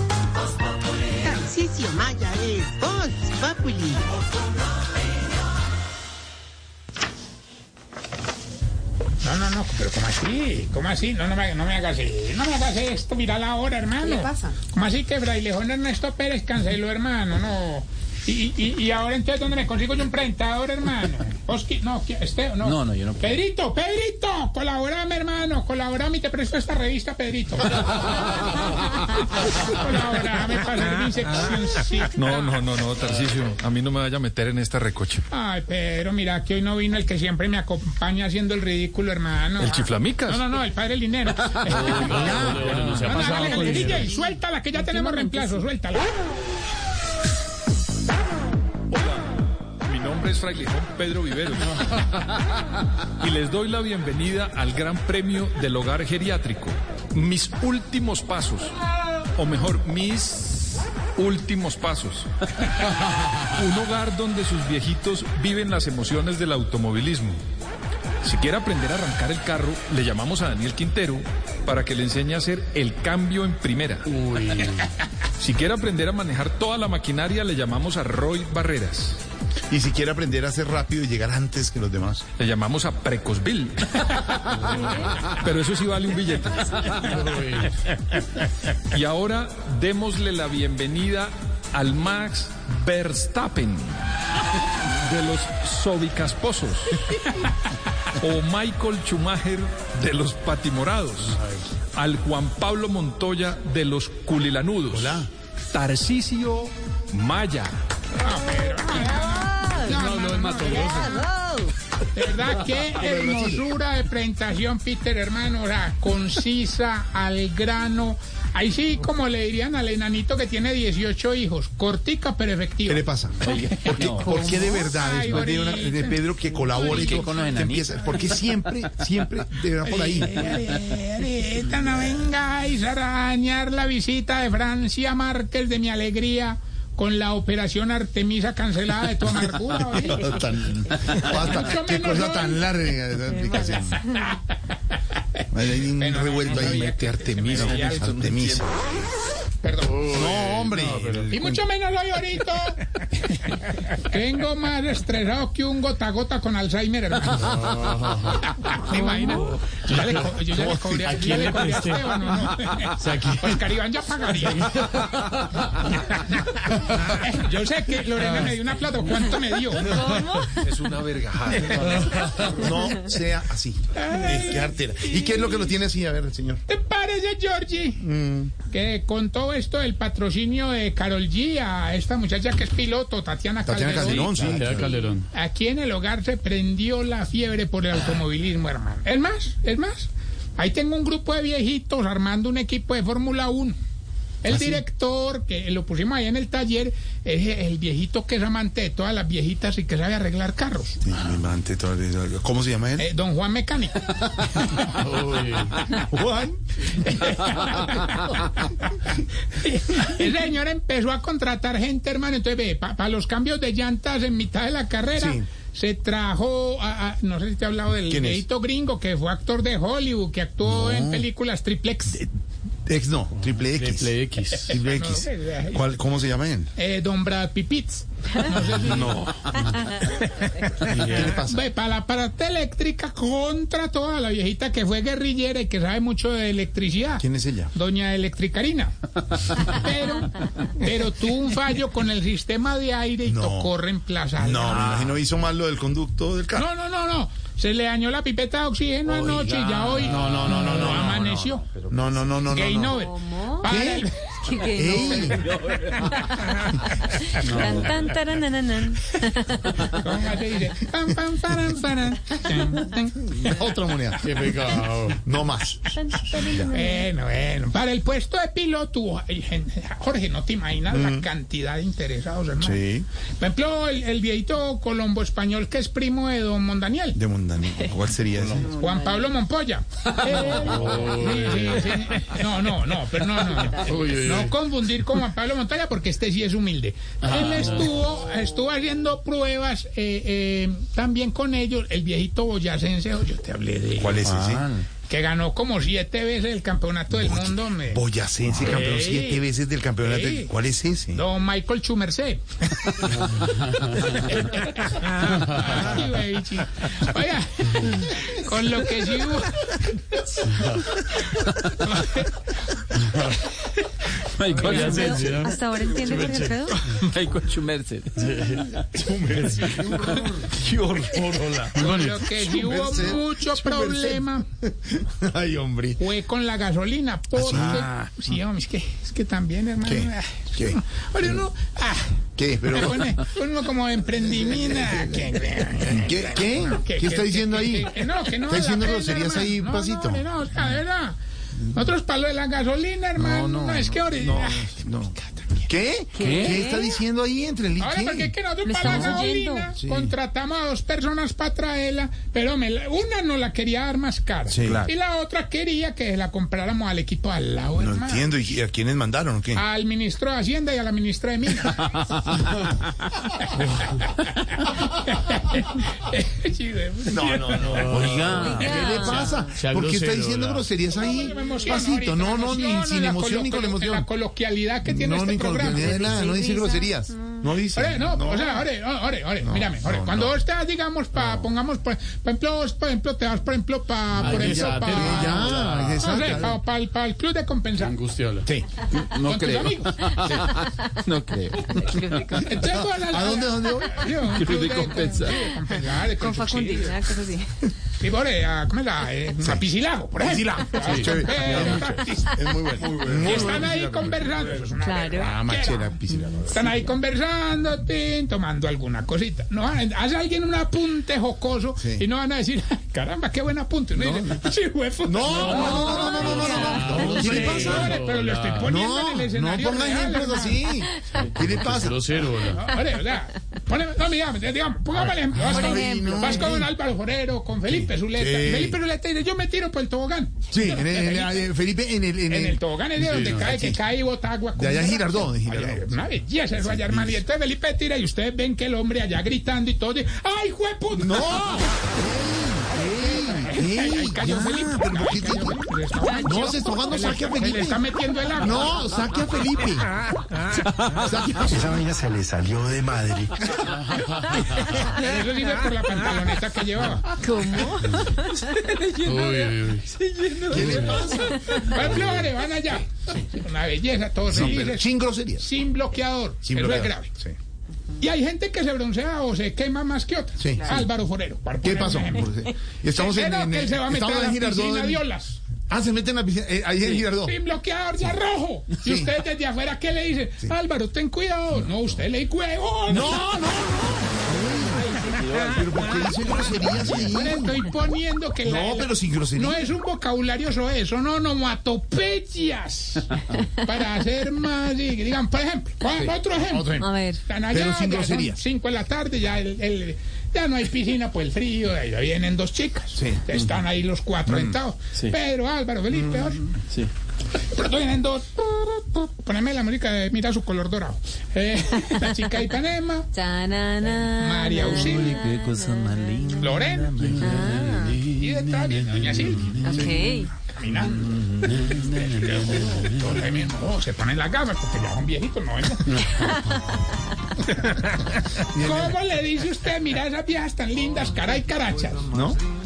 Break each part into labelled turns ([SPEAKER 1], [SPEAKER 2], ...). [SPEAKER 1] Tarcisio Maya es Voz Populi.
[SPEAKER 2] No, no, no, pero ¿cómo así? ¿Cómo así? No, no me, no me hagas esto, no me hagas esto, mira la hora, hermano.
[SPEAKER 3] ¿Qué le pasa?
[SPEAKER 2] ¿Cómo así que Brailejón Ernesto Pérez canceló, hermano? No. Y, y, y ahora entonces, ¿dónde me consigo yo un prentador, hermano? Oski, no, qui- este, no.
[SPEAKER 4] No, no, yo no puedo.
[SPEAKER 2] Pedrito, Pedrito, colaborame, hermano, colaborame y te presto esta revista, Pedrito. colaborame para hacer mi seccioncita.
[SPEAKER 5] No, no, no, no, Tarcicio. A mí no me vaya a meter en esta recoche.
[SPEAKER 2] Ay, Pedro, mira que hoy no vino el que siempre me acompaña haciendo el ridículo, hermano.
[SPEAKER 5] ¿El chiflamicas?
[SPEAKER 2] Ah. No, no, no, el padre Linero.
[SPEAKER 5] no se
[SPEAKER 2] No,
[SPEAKER 5] ha
[SPEAKER 2] no,
[SPEAKER 5] pasado
[SPEAKER 2] hágale,
[SPEAKER 5] con el
[SPEAKER 2] DJ,
[SPEAKER 5] Linero.
[SPEAKER 2] Suéltala, que ya tenemos reemplazo, suéltala.
[SPEAKER 5] Mi nombre es Frailejón Pedro Viveros. Y les doy la bienvenida al Gran Premio del Hogar Geriátrico. Mis últimos pasos. O mejor, mis últimos pasos. Un hogar donde sus viejitos viven las emociones del automovilismo. Si quiere aprender a arrancar el carro, le llamamos a Daniel Quintero para que le enseñe a hacer el cambio en primera. Si quiere aprender a manejar toda la maquinaria, le llamamos a Roy Barreras.
[SPEAKER 6] Y si quiere aprender a ser rápido y llegar antes que los demás.
[SPEAKER 5] Le llamamos a Precosville. Pero eso sí vale un billete. Y ahora démosle la bienvenida al Max Verstappen de los Sobicasposos. O Michael Schumacher de los Patimorados. Al Juan Pablo Montoya de los Culilanudos.
[SPEAKER 6] Hola.
[SPEAKER 5] Tarcisio Maya.
[SPEAKER 2] No, no, no, de verdad, qué hermosura de presentación, Peter, hermano. O sea, concisa, al grano. Ahí sí, como le dirían al enanito que tiene 18 hijos, cortica pero efectiva.
[SPEAKER 6] ¿Qué le pasa? ¿Por qué, por qué de verdad,
[SPEAKER 2] Ay,
[SPEAKER 6] después de, una-
[SPEAKER 2] ahorita.
[SPEAKER 6] de Pedro que colabore y
[SPEAKER 4] qué
[SPEAKER 6] todo,
[SPEAKER 4] con los
[SPEAKER 6] te
[SPEAKER 4] enanitos?
[SPEAKER 6] empieza- ¿Por qué siempre, siempre, de verdad por ahí?
[SPEAKER 2] Ahorita no vengáis a arañar la visita de Francia Márquez de mi alegría con la operación Artemisa cancelada de tu amargura. ¿oí?
[SPEAKER 6] Tan- basta,
[SPEAKER 2] Mucho
[SPEAKER 6] qué
[SPEAKER 2] menos
[SPEAKER 6] cosa
[SPEAKER 2] hoy.
[SPEAKER 6] tan larga esa explicación. Hay un
[SPEAKER 2] Bueno, no,
[SPEAKER 6] revuelto
[SPEAKER 2] no
[SPEAKER 6] ahí.
[SPEAKER 2] sabía que
[SPEAKER 6] Artemisa,
[SPEAKER 2] tenía algo, no
[SPEAKER 6] Artemisa.
[SPEAKER 2] Perdón.
[SPEAKER 6] No, hombre.
[SPEAKER 2] Y mucho menos hoy ahorita. Tengo más estresado que un gota a gota con Alzheimer, hermano. ¿Te imaginas? Yo ya le, co- yo ya le cobré a, ya le cobré a Esteban, ¿o no? Oscar Iván ya pagaría. Yo sé que Lorena me dio una plata. ¿Cuánto me dio?
[SPEAKER 5] Es una vergajada.
[SPEAKER 6] No sea así. Eh, Qué artera. ¿Y qué es lo que lo tiene así? A ver, señor.
[SPEAKER 2] ¿Te parece, Georgie? Mm. Que con todo esto del patrocinio de Carol G a esta muchacha que es piloto, Tatiana,
[SPEAKER 6] Tatiana Calderón, sí.
[SPEAKER 4] Calderón.
[SPEAKER 2] Aquí en el hogar se prendió la fiebre por el automovilismo, hermano. Es más, es más. Ahí tengo un grupo de viejitos armando un equipo de Fórmula 1. El director, que lo pusimos ahí en el taller, es el viejito que es amante de todas las viejitas y que sabe arreglar carros.
[SPEAKER 6] Sí, mi amante, todo eso. ¿Cómo se llama él?
[SPEAKER 2] Eh, don Juan Mecánico.
[SPEAKER 6] Juan.
[SPEAKER 2] El señor empezó a contratar gente, hermano. Entonces, para los cambios de llantas en mitad de la carrera,
[SPEAKER 6] Sí.
[SPEAKER 2] se trajo, a- a- no sé si te he hablado del
[SPEAKER 6] ¿Quién es?
[SPEAKER 2] viejito gringo que fue actor de Hollywood, que actuó en películas triplex.
[SPEAKER 6] Ex no, triple X.
[SPEAKER 4] Triple X.
[SPEAKER 6] Triple
[SPEAKER 2] No,
[SPEAKER 6] X.
[SPEAKER 2] eh,
[SPEAKER 6] ¿Cuál, ¿Cómo se llama él?
[SPEAKER 2] eh, don Brad Pipitz.
[SPEAKER 6] No. ¿Qué le pasa?
[SPEAKER 2] Ve, para la parte eléctrica contra toda la viejita que fue guerrillera y que sabe mucho de electricidad.
[SPEAKER 6] ¿Quién es ella?
[SPEAKER 2] Doña Electricarina. Pero, pero tuvo un fallo con el sistema de aire y
[SPEAKER 6] No.
[SPEAKER 2] tocó reemplazarla.
[SPEAKER 6] No, me imagino hizo mal lo del conducto del
[SPEAKER 2] No,
[SPEAKER 6] carro.
[SPEAKER 2] no, no, no. Se le dañó la pipeta de oxígeno anoche y ya hoy. No, no, no, no, no. Amaneció.
[SPEAKER 6] No, no, no, no. no,
[SPEAKER 2] Gay
[SPEAKER 6] no.
[SPEAKER 2] Nobel. Para
[SPEAKER 6] ¿Qué?
[SPEAKER 2] el-
[SPEAKER 7] Qué gay. Tan, tan, taranananan.
[SPEAKER 2] ¿Cómo se dice? Pam, pam, paran, paran. Tan, tan.
[SPEAKER 6] Otra moneda. Qué pecado. No más.
[SPEAKER 7] Tan, tarin.
[SPEAKER 2] Bueno, bueno. Para el puesto de piloto, ay, gente, Jorge, no te imaginas la cantidad de interesados, hermano.
[SPEAKER 6] Sí.
[SPEAKER 2] Por ejemplo, el, el viejito Colombo español que es primo de don Mondaniel.
[SPEAKER 6] De mundanito. ¿Cuál sería ese?
[SPEAKER 2] Juan Pablo Montoya. No, no, no, pero no, no. No,
[SPEAKER 6] Uy, uy,
[SPEAKER 2] No
[SPEAKER 6] uy. Ah.
[SPEAKER 2] confundir con Juan Pablo Montoya porque este sí es humilde. Él estuvo, estuvo haciendo pruebas eh, eh, también con ellos, el viejito boyacense, yo te hablé de él,
[SPEAKER 6] ¿Cuál es ese?
[SPEAKER 2] que ganó como siete veces el campeonato del mundo. me-
[SPEAKER 6] Boyacense, campeón
[SPEAKER 2] Ey.
[SPEAKER 6] siete veces del campeonato.
[SPEAKER 2] Ey.
[SPEAKER 6] ¿Cuál es ese?
[SPEAKER 2] Don Michael Schumerse. Oiga, con lo que sí hubo.
[SPEAKER 7] ¿Hasta ahora entiende Jorge Alfredo?
[SPEAKER 6] Qué horror, hola.
[SPEAKER 2] Con lo que sí hubo
[SPEAKER 6] Schumerse,
[SPEAKER 2] mucho problema
[SPEAKER 6] Ay, hombre.
[SPEAKER 2] fue con la gasolina. Porque.
[SPEAKER 6] Ah.
[SPEAKER 2] Sí, hombre, es que, es que también, hermano.
[SPEAKER 6] ¿Qué?
[SPEAKER 2] ah,
[SPEAKER 6] ¿Qué?
[SPEAKER 2] Ahora uno. Ah,
[SPEAKER 6] ¿Qué?
[SPEAKER 2] se
[SPEAKER 6] Pero,
[SPEAKER 2] pone- uno como emprendimiento. ah, que-
[SPEAKER 6] ¿Qué? ¿Qué?
[SPEAKER 2] que-
[SPEAKER 6] ¿Qué está
[SPEAKER 2] que-
[SPEAKER 6] diciendo
[SPEAKER 2] que-
[SPEAKER 6] ahí?
[SPEAKER 2] que- que no, que no vale
[SPEAKER 6] ¿Está
[SPEAKER 2] la
[SPEAKER 6] diciendo
[SPEAKER 2] pena,
[SPEAKER 6] groserías
[SPEAKER 2] hermano.
[SPEAKER 6] ahí,
[SPEAKER 2] No,
[SPEAKER 6] Pasito? Mm.
[SPEAKER 2] No, hombre, no, o sea, de verdad. Otros palos de la gasolina, hermano. No, es que ah, ahorita.
[SPEAKER 6] no,
[SPEAKER 2] ay,
[SPEAKER 6] no.
[SPEAKER 2] también.
[SPEAKER 6] ¿Qué? ¿Qué está diciendo ahí entre el y
[SPEAKER 2] Ahora, porque es que
[SPEAKER 6] qué?
[SPEAKER 2] nosotros
[SPEAKER 7] Lo
[SPEAKER 2] para la
[SPEAKER 7] estamos oyendo.
[SPEAKER 2] gasolina
[SPEAKER 6] Sí.
[SPEAKER 2] contratamos a dos personas para traerla, pero me la- una no la quería dar más cara.
[SPEAKER 6] Sí. Claro.
[SPEAKER 2] Y la otra quería que la compráramos al equipo al lado,
[SPEAKER 6] No
[SPEAKER 2] hermano.
[SPEAKER 6] entiendo. ¿Y a quiénes mandaron o qué?
[SPEAKER 2] Al ministro de Hacienda y a la ministra de Minas. Sí, de-
[SPEAKER 6] No, no, no. Oiga, ¿qué le pasa? ¿Por qué está diciendo groserías ahí?
[SPEAKER 2] Yo me emociono
[SPEAKER 6] Pasito,
[SPEAKER 2] ahorita,
[SPEAKER 6] no,
[SPEAKER 2] me
[SPEAKER 6] no, ni
[SPEAKER 2] emociono,
[SPEAKER 6] sin
[SPEAKER 2] la
[SPEAKER 6] emoción ni
[SPEAKER 2] colo-
[SPEAKER 6] con
[SPEAKER 2] La
[SPEAKER 6] emoción.
[SPEAKER 2] coloquialidad que tiene
[SPEAKER 6] No,
[SPEAKER 2] este
[SPEAKER 6] ni con
[SPEAKER 2] programa.
[SPEAKER 6] de nada, no dice groserías. No
[SPEAKER 2] Ore,
[SPEAKER 6] dice.
[SPEAKER 2] no, o sea, ore, o- ore, ore, mírame, ore.
[SPEAKER 6] no,
[SPEAKER 2] Cuando
[SPEAKER 6] no.
[SPEAKER 2] vos estás, digamos, pa, pongamos, por, por ejemplo, vos, por ejemplo, te vas, por ejemplo, pa, por ejemplo,
[SPEAKER 3] ya,
[SPEAKER 2] pa,
[SPEAKER 3] te-
[SPEAKER 6] Eh, Ya,
[SPEAKER 2] no sé,
[SPEAKER 6] exacto.
[SPEAKER 2] Ah, pa, pa- el- pa el club de compensación.
[SPEAKER 3] Angustiola.
[SPEAKER 2] Sí.
[SPEAKER 3] No
[SPEAKER 2] Con tus
[SPEAKER 3] creo.
[SPEAKER 2] amigos.
[SPEAKER 3] No creo.
[SPEAKER 2] Entonces, pues, vos al-
[SPEAKER 6] Ah, ¿A dónde, dónde voy?
[SPEAKER 2] Yo, un club
[SPEAKER 3] de compensar.
[SPEAKER 2] sí, de compensar, de
[SPEAKER 4] Con Facundi,
[SPEAKER 2] subsidio.
[SPEAKER 4] una cosa así.
[SPEAKER 2] Sí, ore, a, ¿cómo es la? eh, a Pisilago, por ejemplo. Ah,
[SPEAKER 6] Sí, chévere.
[SPEAKER 2] eh,
[SPEAKER 6] Es muy bueno.
[SPEAKER 2] Y
[SPEAKER 6] Muy
[SPEAKER 2] están
[SPEAKER 6] bueno.
[SPEAKER 2] ahí conversando. eso es una
[SPEAKER 4] Claro.
[SPEAKER 6] Ah, pues, machera, piscina.
[SPEAKER 2] Están ahí conversando, tin, tomando alguna cosita. No, van a- hace alguien un apunte jocoso
[SPEAKER 6] Sí.
[SPEAKER 2] y no van a decir, "Ah, caramba, qué buen apunte. No, sí, güey, fue-
[SPEAKER 6] No, no, no, no, no, no, no, no. ¿Qué le pasa?
[SPEAKER 2] Hombre, pero lo estoy poniendo
[SPEAKER 6] No,
[SPEAKER 2] en el
[SPEAKER 6] no
[SPEAKER 2] escenario.
[SPEAKER 6] ponga
[SPEAKER 2] real,
[SPEAKER 6] ejemplos
[SPEAKER 2] hermano.
[SPEAKER 6] así. ¿Qué le pasa?
[SPEAKER 3] Grosero, hola.
[SPEAKER 2] No, hombre, o sea, poneme- no, digamos, digamos, pongamos el ejemplo. Vas con,
[SPEAKER 6] ejemplo.
[SPEAKER 2] vas con Álvaro Forero, con Felipe Zuleta.
[SPEAKER 6] Sí.
[SPEAKER 2] Felipe Zuleta dice, yo me tiro por el tobogán.
[SPEAKER 6] Sí, en el, en el- eh, Felipe, en el, en
[SPEAKER 2] En
[SPEAKER 6] el,
[SPEAKER 2] el tobogán es de donde cae, que cae y bota agua.
[SPEAKER 6] De allá es Girardot, de Girardot.
[SPEAKER 2] Ay, Una belleza eso allá, hermano. Y entonces Felipe tira y ustedes ven que el hombre allá gritando y todo. dice, ¡Ay, jueputa!
[SPEAKER 6] ¡No! ¡Ey!
[SPEAKER 2] Ahí-
[SPEAKER 6] ¡Oh! ¡Ey!
[SPEAKER 2] ahí cayó
[SPEAKER 6] ya,
[SPEAKER 2] Felipe.
[SPEAKER 6] pero ¿por
[SPEAKER 2] Ahí
[SPEAKER 6] qué
[SPEAKER 2] cayó Felipe. Le está
[SPEAKER 6] te-
[SPEAKER 2] bajando.
[SPEAKER 6] No, se está jugando,
[SPEAKER 2] Se le
[SPEAKER 6] saque
[SPEAKER 2] está-
[SPEAKER 6] a
[SPEAKER 2] se le
[SPEAKER 6] Felipe.
[SPEAKER 2] está metiendo el agua.
[SPEAKER 6] No, saque a Felipe. Saque a Felipe.
[SPEAKER 8] Esa vaina se le salió de madre.
[SPEAKER 2] Eso sí fue por la pantaloneta que llevaba.
[SPEAKER 3] Uy, uy, uy.
[SPEAKER 6] ¿Qué le pasa?
[SPEAKER 2] Por ejemplo, vale, van allá. Una belleza, todos
[SPEAKER 6] Pero
[SPEAKER 2] felices.
[SPEAKER 6] Sin groserías.
[SPEAKER 2] Sin bloqueador.
[SPEAKER 6] Sin
[SPEAKER 2] Eso es
[SPEAKER 6] bloquear.
[SPEAKER 2] grave.
[SPEAKER 6] Sí.
[SPEAKER 2] Y hay gente que se broncea o se quema más que otra.
[SPEAKER 6] Sí, sí.
[SPEAKER 2] Álvaro Forero. para
[SPEAKER 6] ¿Qué
[SPEAKER 2] poner
[SPEAKER 6] pasó?
[SPEAKER 2] un ejemplo.
[SPEAKER 6] Por- Estamos en,
[SPEAKER 2] Pero
[SPEAKER 6] en,
[SPEAKER 2] que él se va a meter
[SPEAKER 6] estamos
[SPEAKER 2] a
[SPEAKER 6] en
[SPEAKER 2] la
[SPEAKER 6] Girardot.
[SPEAKER 2] piscina
[SPEAKER 6] en-
[SPEAKER 2] violas.
[SPEAKER 6] Ah, se mete en la piscina. Eh, ahí es Girardot.
[SPEAKER 2] Sin bloqueador ya rojo. Y usted desde afuera, ¿qué le dice? Álvaro, ten cuidado. No, usted le Oh, dice, huevón.
[SPEAKER 6] No, no, no. Pero ¿por qué dice groserías ahí?
[SPEAKER 2] Le estoy poniendo que la-
[SPEAKER 6] No, pero sin
[SPEAKER 2] no
[SPEAKER 6] groserías.
[SPEAKER 2] es un vocabulario eso es, son onomatopeyas. para hacer más, y, digan, por ejemplo, ¿cuál- otro ejemplo.
[SPEAKER 6] Otro ejemplo.
[SPEAKER 4] A ver.
[SPEAKER 2] Están
[SPEAKER 6] Pero sin
[SPEAKER 2] ya son
[SPEAKER 6] groserías.
[SPEAKER 2] Cinco de la tarde, ya, el, el- ya no hay piscina por el frío, ahí ya vienen dos chicas.
[SPEAKER 6] Sí.
[SPEAKER 2] Ya Están ahí los cuatro sentados. Pedro, Álvaro, Felipe, Jorge.
[SPEAKER 3] Mm. Sí.
[SPEAKER 2] Pero vienen dos. Poneme la música de Mira su color dorado. Eh, la chica de Ipanema, María
[SPEAKER 7] Ah,
[SPEAKER 4] María
[SPEAKER 2] Auxilia,
[SPEAKER 3] Qué cosa más linda.
[SPEAKER 2] Lorena y detrás viene Doña Silvia,
[SPEAKER 4] Ok.
[SPEAKER 2] caminando. Entonces ahí mismo, oh, se ponen las gafas porque ya son viejitos, no ven. ¿Cómo le dice usted? Mira esas viejas tan lindas, caray, carachas.
[SPEAKER 6] ¿No?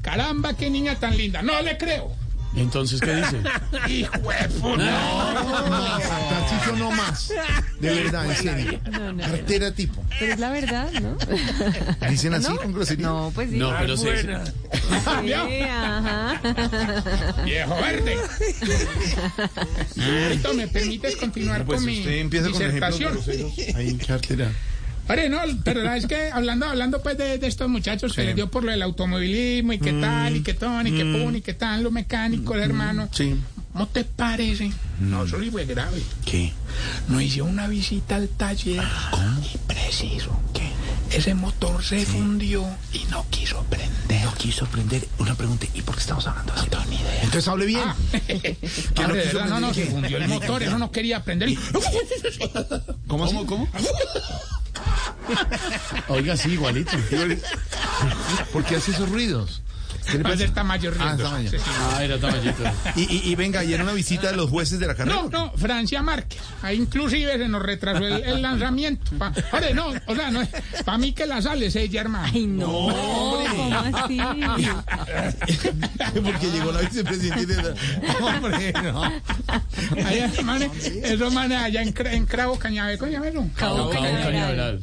[SPEAKER 2] caramba, qué niña tan linda. No le creo.
[SPEAKER 8] Entonces, ¿qué dice?
[SPEAKER 2] Hijo de puta.
[SPEAKER 6] Tarcicio no más. De verdad, en serio. Cartera tipo.
[SPEAKER 4] Pero es la verdad, ¿no?
[SPEAKER 6] Dicen así con grosería.
[SPEAKER 4] No, pues sí.
[SPEAKER 8] No, pero se
[SPEAKER 4] Sí, ajá.
[SPEAKER 2] Viejo verde. Ahorita me permites continuar
[SPEAKER 6] Pues
[SPEAKER 2] con mi
[SPEAKER 6] usted empieza con
[SPEAKER 2] disertación.
[SPEAKER 6] ejemplos groseros. Ahí en cartera.
[SPEAKER 2] Oye, no, pero es que hablando, hablando pues de, de estos muchachos que les dio por lo del automovilismo y qué tal, y qué ton, y qué pun, y qué tal, los mecánicos, hermano.
[SPEAKER 8] Sí.
[SPEAKER 2] ¿Cómo te parece? No, eso sí fue grave.
[SPEAKER 8] ¿Qué?
[SPEAKER 2] Nos hizo una visita al taller. Y preciso. que Ese motor se fundió y no quiso prender.
[SPEAKER 8] No quiso aprender una pregunta. ¿Y por qué estamos hablando así? No, ni idea.
[SPEAKER 6] Entonces hable bien.
[SPEAKER 2] Padre,
[SPEAKER 6] no
[SPEAKER 2] de
[SPEAKER 6] quiso
[SPEAKER 2] verdad, no,
[SPEAKER 6] prender
[SPEAKER 2] no,
[SPEAKER 6] qué?
[SPEAKER 2] se fundió el motor, eso no quería prender.
[SPEAKER 6] ¿Cómo así? ¿Cómo?
[SPEAKER 8] Oiga, sí, igualito.
[SPEAKER 6] ¿Por qué hace esos ruidos? ¿Qué le
[SPEAKER 2] Va a
[SPEAKER 6] pasa?
[SPEAKER 2] ser tamaño
[SPEAKER 6] Ah,
[SPEAKER 2] riendo.
[SPEAKER 6] tamaño.
[SPEAKER 2] Sí, sí.
[SPEAKER 8] Ah, era tamañito.
[SPEAKER 6] Y, y, y venga, y era una visita de los jueces de la carrera.
[SPEAKER 2] No, no, Francia Márquez. Ahí inclusive se nos retrasó el, el lanzamiento. Pa- Oye, no, o sea, no, para mí que la sale es ella, hermano.
[SPEAKER 4] Ay, no. ¿Cómo así?
[SPEAKER 6] Porque llegó la vicepresidenta. y le- Hombre, no.
[SPEAKER 2] Allá, hermano, esos manes allá en, Cra- en Cravo Cañaveral, ¿cómo se llama eso?
[SPEAKER 4] Cabo Cañaveral.
[SPEAKER 3] Cañaveral.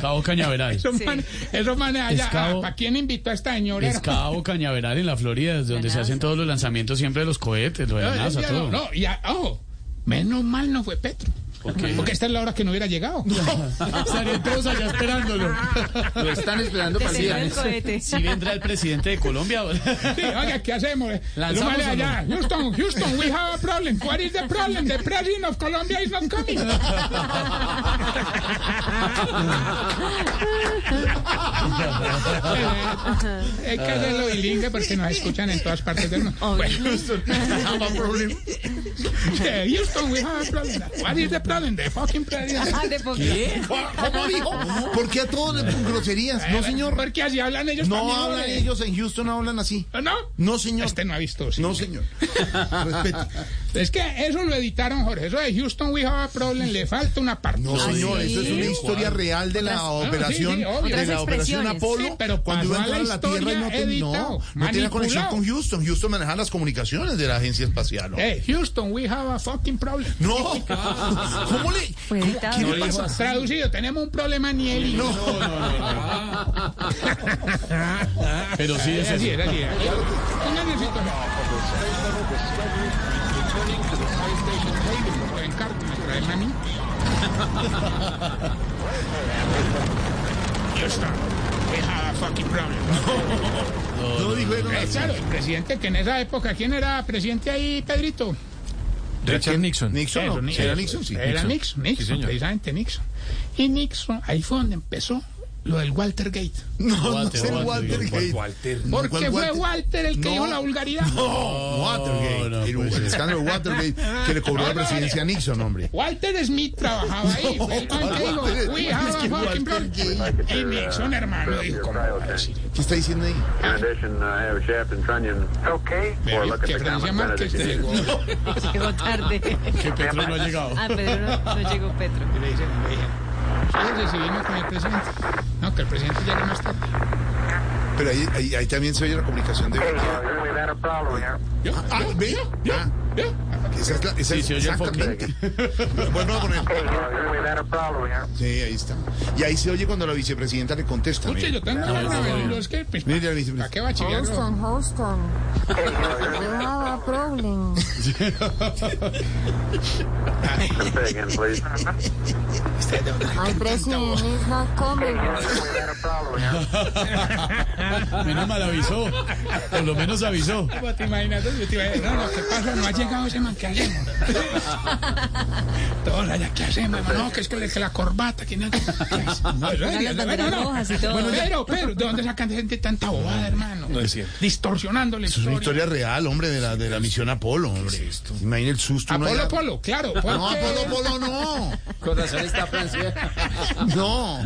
[SPEAKER 3] Cabo Cañaveral.
[SPEAKER 2] Esos
[SPEAKER 4] Sí.
[SPEAKER 2] manes, esos manes allá,
[SPEAKER 3] Es Cabo-
[SPEAKER 2] ¿para quién invitó a esta señora?
[SPEAKER 3] Es Cabo Cañaveral en la Florida, desde donde se
[SPEAKER 4] NASA.
[SPEAKER 3] hacen todos los lanzamientos siempre de los cohetes, lo de
[SPEAKER 2] No,
[SPEAKER 3] la NASA,
[SPEAKER 2] ya no,
[SPEAKER 3] todo.
[SPEAKER 2] no, ya, ojo, menos mal no fue Petro. Porque esta es la hora que no hubiera llegado.
[SPEAKER 3] Estarían Ah, todos allá esperándolo.
[SPEAKER 6] Lo están esperando para el
[SPEAKER 4] Desde el
[SPEAKER 6] día.
[SPEAKER 4] cohete.
[SPEAKER 3] Si vendrá el presidente de Colombia.
[SPEAKER 2] Sí, oiga, ¿qué hacemos? Eh, Los
[SPEAKER 3] ¿Lanzamos
[SPEAKER 2] manes
[SPEAKER 3] o no?
[SPEAKER 2] allá, Houston, Houston, we have a problem. What is the problem? The president of Colombia is not coming. Es Eh, que hacerlo bilingüe porque nos escuchan en todas partes del mundo. Bueno, eh, Houston, we have a problem. What is the problem? The fucking president.
[SPEAKER 4] Ah, de poquito.
[SPEAKER 6] ¿Cómo dijo? ¿Por qué a todos les ponen groserías? No, señor.
[SPEAKER 2] Porque así hablan ellos
[SPEAKER 6] No
[SPEAKER 2] también,
[SPEAKER 6] hablan
[SPEAKER 2] hombre.
[SPEAKER 6] ellos en Houston, hablan así.
[SPEAKER 2] ¿No?
[SPEAKER 6] No, señor.
[SPEAKER 2] Este no ha visto. sí.
[SPEAKER 6] No, señor. Respete.
[SPEAKER 2] Es que eso lo editaron, Jorge. Eso de Houston, we have a problem. Le falta una parte.
[SPEAKER 6] No, señor. Eso es una historia real de la
[SPEAKER 2] sí, sí,
[SPEAKER 6] operación.
[SPEAKER 2] obvio.
[SPEAKER 6] De
[SPEAKER 4] Otras
[SPEAKER 6] la operación
[SPEAKER 4] expresiones.
[SPEAKER 6] Apolo.
[SPEAKER 2] Sí, pero
[SPEAKER 6] cuando
[SPEAKER 2] pasó a
[SPEAKER 6] iba a entrar
[SPEAKER 2] la
[SPEAKER 6] a la Tierra y no,
[SPEAKER 2] historia
[SPEAKER 6] te-
[SPEAKER 2] editado,
[SPEAKER 6] no, no tenía conexión
[SPEAKER 2] manipulado.
[SPEAKER 6] con Houston. Houston manejaba las comunicaciones de la agencia espacial. ¿no?
[SPEAKER 2] Eh, Houston, we have a fucking problem.
[SPEAKER 6] No. ¿Cómo le.?
[SPEAKER 2] Pues
[SPEAKER 4] Fue
[SPEAKER 6] cómo-
[SPEAKER 4] editado.
[SPEAKER 6] ¿Qué
[SPEAKER 4] No
[SPEAKER 6] le
[SPEAKER 4] dijo
[SPEAKER 6] pasa?
[SPEAKER 2] Traducido, tenemos un problema ni él. No,
[SPEAKER 3] Pero sí es
[SPEAKER 2] así
[SPEAKER 3] eso.
[SPEAKER 2] es, así es. Una necesito. Lo encargo, me traen a mí. Houston, we have a fucking problem.
[SPEAKER 6] No dijo él, no,
[SPEAKER 2] Eh, claro, el presidente que en esa época, ¿quién era presidente ahí, Pedrito?
[SPEAKER 3] Richard Nixon.
[SPEAKER 6] Nixon,
[SPEAKER 2] Eso,
[SPEAKER 6] no.
[SPEAKER 2] Nixon.
[SPEAKER 6] Era Nixon, sí.
[SPEAKER 2] Era
[SPEAKER 3] Nixon.
[SPEAKER 2] Nixon,
[SPEAKER 3] Sí,
[SPEAKER 2] Nixon,
[SPEAKER 3] señor.
[SPEAKER 2] precisamente Nixon. Y Nixon, ahí fue donde empezó lo del Walter Gate.
[SPEAKER 6] No, no
[SPEAKER 3] Walter,
[SPEAKER 6] es el
[SPEAKER 3] Walter,
[SPEAKER 6] Watergate. Walter.
[SPEAKER 2] Porque fue Walter, el que
[SPEAKER 6] No.
[SPEAKER 2] dijo la vulgaridad.
[SPEAKER 6] No, Watergate.
[SPEAKER 3] no, pues,
[SPEAKER 6] el, el escándalo de Watergate que le cobró la presidencia a Nixon, hombre.
[SPEAKER 2] Walter Smith trabajaba ahí. fue el man que dijo, ah,
[SPEAKER 6] Walter
[SPEAKER 2] "We
[SPEAKER 6] Smith,
[SPEAKER 2] have
[SPEAKER 6] es
[SPEAKER 2] a
[SPEAKER 6] que
[SPEAKER 2] fucking
[SPEAKER 6] Walter
[SPEAKER 2] problem". Y Nixon, hermano, dijo, ¿cómo va a decir?
[SPEAKER 6] ¿Qué está diciendo ahí?
[SPEAKER 9] In addition, I uh, have Shaft and Trunnion. Okay. Or look at
[SPEAKER 2] Que
[SPEAKER 9] the
[SPEAKER 2] este Francia
[SPEAKER 9] common
[SPEAKER 2] Márquez
[SPEAKER 9] benefits.
[SPEAKER 2] llegó.
[SPEAKER 4] Llegó tarde.
[SPEAKER 3] Que Petro no ha llegado.
[SPEAKER 4] Ah, Pedro, no, no llegó Petro.
[SPEAKER 2] Y le dicen, le dicen, "Fíjese si vino con el presidente. No, que el presidente llega más tarde.
[SPEAKER 6] Pero ahí, ahí, ahí también se oye la comunicación de.
[SPEAKER 9] Hey, uh, you really had a problem here.
[SPEAKER 2] Yo,
[SPEAKER 6] Ah,
[SPEAKER 2] yo,
[SPEAKER 6] ¿ve? Ah,
[SPEAKER 2] yo.
[SPEAKER 6] esa es la. Esa
[SPEAKER 3] Sí,
[SPEAKER 6] es
[SPEAKER 3] se oye el foque.
[SPEAKER 6] exactamente. Bueno, a poner.
[SPEAKER 9] Hey, uh, you really had a problem here.
[SPEAKER 6] Sí, ahí está. Y ahí se oye cuando la vicepresidenta le contesta.
[SPEAKER 2] Escuche,
[SPEAKER 6] mire.
[SPEAKER 2] yo tengo una no, es que, pues,
[SPEAKER 6] Mire, la
[SPEAKER 2] ¿para qué
[SPEAKER 6] vicepresidenta.
[SPEAKER 2] va a chillar?
[SPEAKER 4] Houston.
[SPEAKER 9] Hey, uh, you really-
[SPEAKER 4] Ah, problem.
[SPEAKER 9] Say again, please. Hey, uh,
[SPEAKER 4] My president is not
[SPEAKER 9] you really
[SPEAKER 4] coming.
[SPEAKER 9] had a problem here.
[SPEAKER 3] Menos mal avisó. Por lo menos avisó.
[SPEAKER 2] Pues, ¿Te imaginas? Yo te iba a decir, no, no, ¿qué pasa? No ha llegado ese man, ¿qué hacemos? Todos allá, ¿qué hacemos? hermano? No, que es que, le- que la corbata, que no. ¿qué hacemos? No, eso es-
[SPEAKER 4] las
[SPEAKER 2] bueno,
[SPEAKER 4] banderas
[SPEAKER 2] no.
[SPEAKER 4] rojas y todo.
[SPEAKER 2] Bueno, pero, pero, ¿de dónde sacan gente tanta bobada, hermano?
[SPEAKER 6] No es cierto.
[SPEAKER 2] Distorsionando la
[SPEAKER 6] Es una
[SPEAKER 2] historia.
[SPEAKER 6] historia real, hombre, de la, de de la misión Apolo, hombre. Imagina el susto.
[SPEAKER 2] Apolo,
[SPEAKER 6] uno allá-
[SPEAKER 2] Apolo, claro.
[SPEAKER 6] No,
[SPEAKER 2] porque-
[SPEAKER 6] Apolo, Apolo, no.
[SPEAKER 10] Con razón está Francia.
[SPEAKER 6] No,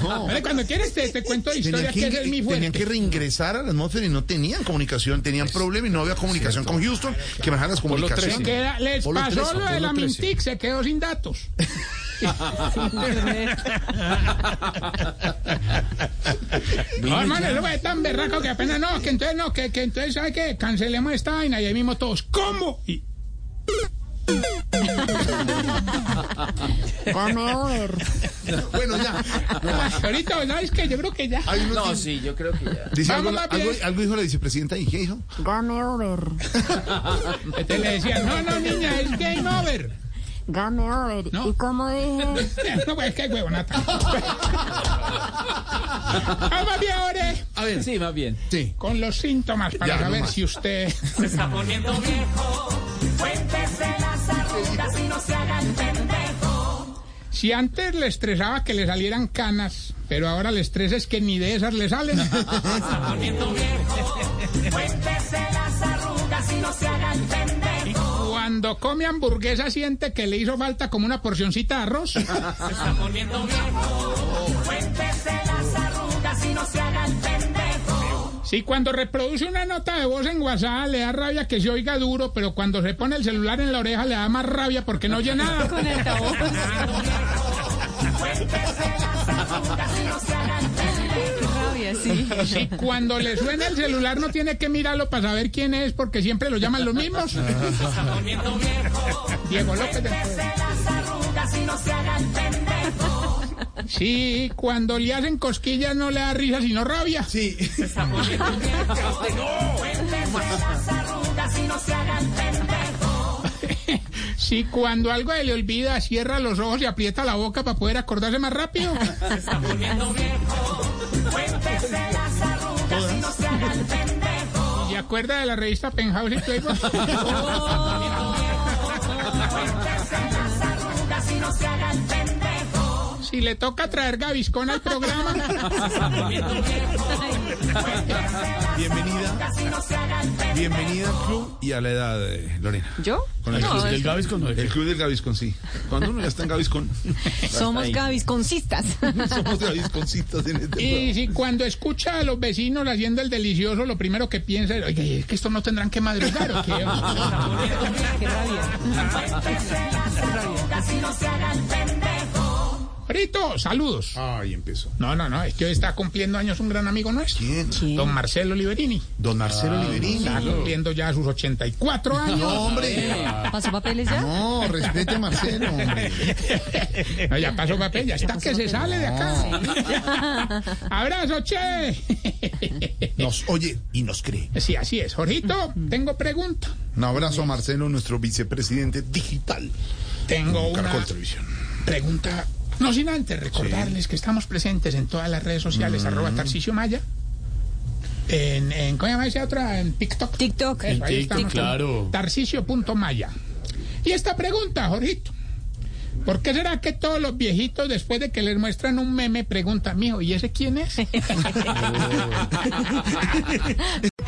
[SPEAKER 6] no.
[SPEAKER 2] Vale, cuando quieres te, te cuento la historia
[SPEAKER 6] Tenían
[SPEAKER 2] que,
[SPEAKER 6] que,
[SPEAKER 2] es mi
[SPEAKER 6] ingre-
[SPEAKER 2] fuerte.
[SPEAKER 6] tenían que reingresar a la atmósfera y no tenían comunicación, tenían problema y no había comunicación con Houston, que bajaran las comunicaciones.
[SPEAKER 2] Lo que da- les
[SPEAKER 6] Apolo
[SPEAKER 2] pasó
[SPEAKER 6] 13,
[SPEAKER 2] lo de la
[SPEAKER 6] Apolo 13.
[SPEAKER 2] Mintic, se quedó sin datos. No, hermano, luego es tan berraco que apenas no, que entonces no, que, que entonces, ¿sabe qué? Cancelemos esta vaina y ahí mismo todos, ¿cómo? Y,
[SPEAKER 4] Amor.
[SPEAKER 6] Bueno, ya. No más.
[SPEAKER 2] pues, ahorita, ¿sabes qué? Yo creo que ya.
[SPEAKER 6] Hay unos
[SPEAKER 10] No,
[SPEAKER 6] que-
[SPEAKER 10] sí, yo creo que ya.
[SPEAKER 6] Dice algo,
[SPEAKER 2] Vamos,
[SPEAKER 6] la-
[SPEAKER 2] papi.
[SPEAKER 6] algo, algo dijo la vicepresidenta y qué dijo.
[SPEAKER 4] Game over.
[SPEAKER 2] Entonces le decían, no, no, niña, es game over.
[SPEAKER 4] Game over.
[SPEAKER 2] No.
[SPEAKER 4] ¿Y cómo dije?
[SPEAKER 2] No, pues, qué huevonata. Vamos bien, ahora eh,
[SPEAKER 10] A ver, sí, más bien.
[SPEAKER 6] Sí.
[SPEAKER 2] con los síntomas para
[SPEAKER 6] Ya, no
[SPEAKER 2] saber
[SPEAKER 6] más.
[SPEAKER 2] si usted... Si antes le estresaba que le salieran canas, pero ahora le estresa es que ni de esas le salen. Y Cuando come hamburguesa siente que le hizo falta como una porcioncita de arroz. Si cuando reproduce una nota de voz en WhatsApp le da rabia que se oiga duro, pero cuando se pone el celular en la oreja le da más rabia porque no oye nada. Si cuando le suena el celular no tiene que mirarlo para saber quién es porque siempre lo llaman los mismos. Diego López. de- Sí, cuando le hacen cosquillas no le da risa sino rabia.
[SPEAKER 6] Sí.
[SPEAKER 2] Si cuando algo se le olvida cierra los ojos y aprieta la boca para poder acordarse más rápido. ¿Y acuerda de la revista Penthouse y Playboy? Si le toca traer Gaviscón al programa.
[SPEAKER 6] Bienvenida. Bienvenida al club y a la edad de Lorena.
[SPEAKER 11] ¿Yo?
[SPEAKER 6] Con el club del
[SPEAKER 3] Gaviscon, no,
[SPEAKER 6] El club del Gaviscon, sí. Cuando uno ya está en Gaviscon,
[SPEAKER 11] Somos gavisconcistas.
[SPEAKER 6] somos Gavisconcitas en este
[SPEAKER 2] Y si cuando escucha a los vecinos haciendo el delicioso, lo primero que piensa es, oye, es que estos no tendrán que madrugar o qué. Rito, saludos.
[SPEAKER 6] programa. Ay, empezó.
[SPEAKER 2] No, no, no, es que hoy está cumpliendo años un gran amigo nuestro.
[SPEAKER 6] ¿Quién?
[SPEAKER 2] Don Marcelo Liberini.
[SPEAKER 6] Don Ah, Marcelo Liberini.
[SPEAKER 2] Está cumpliendo ya sus 84 años.
[SPEAKER 6] No, hombre.
[SPEAKER 11] ¿Pasó papeles ya?
[SPEAKER 6] No, respete a Marcelo. hombre.
[SPEAKER 2] No, ya pasó papel, ya está que se sale de acá. Abrazo, che.
[SPEAKER 6] Nos oye y nos cree.
[SPEAKER 2] Sí, así es. Jorgito, tengo pregunta.
[SPEAKER 6] Un abrazo a Marcelo, nuestro vicepresidente digital.
[SPEAKER 2] Tengo
[SPEAKER 6] Con Caracol
[SPEAKER 2] una
[SPEAKER 6] Televisión.
[SPEAKER 2] pregunta. No sin antes recordarles que estamos presentes en todas las redes sociales, arroba
[SPEAKER 3] Mm.
[SPEAKER 2] Tarcisio Maya. En, en, ¿Cómo se llama esa otra? En TikTok.
[SPEAKER 11] TikTok.
[SPEAKER 2] Eso, ahí
[SPEAKER 3] En
[SPEAKER 2] estamos.
[SPEAKER 3] TikTok, claro.
[SPEAKER 2] Tarcisio.maya. Y esta pregunta, Jorgito. ¿Por qué será que todos los viejitos, después de que les muestran un meme, preguntan, mijo, ¿y ese quién es?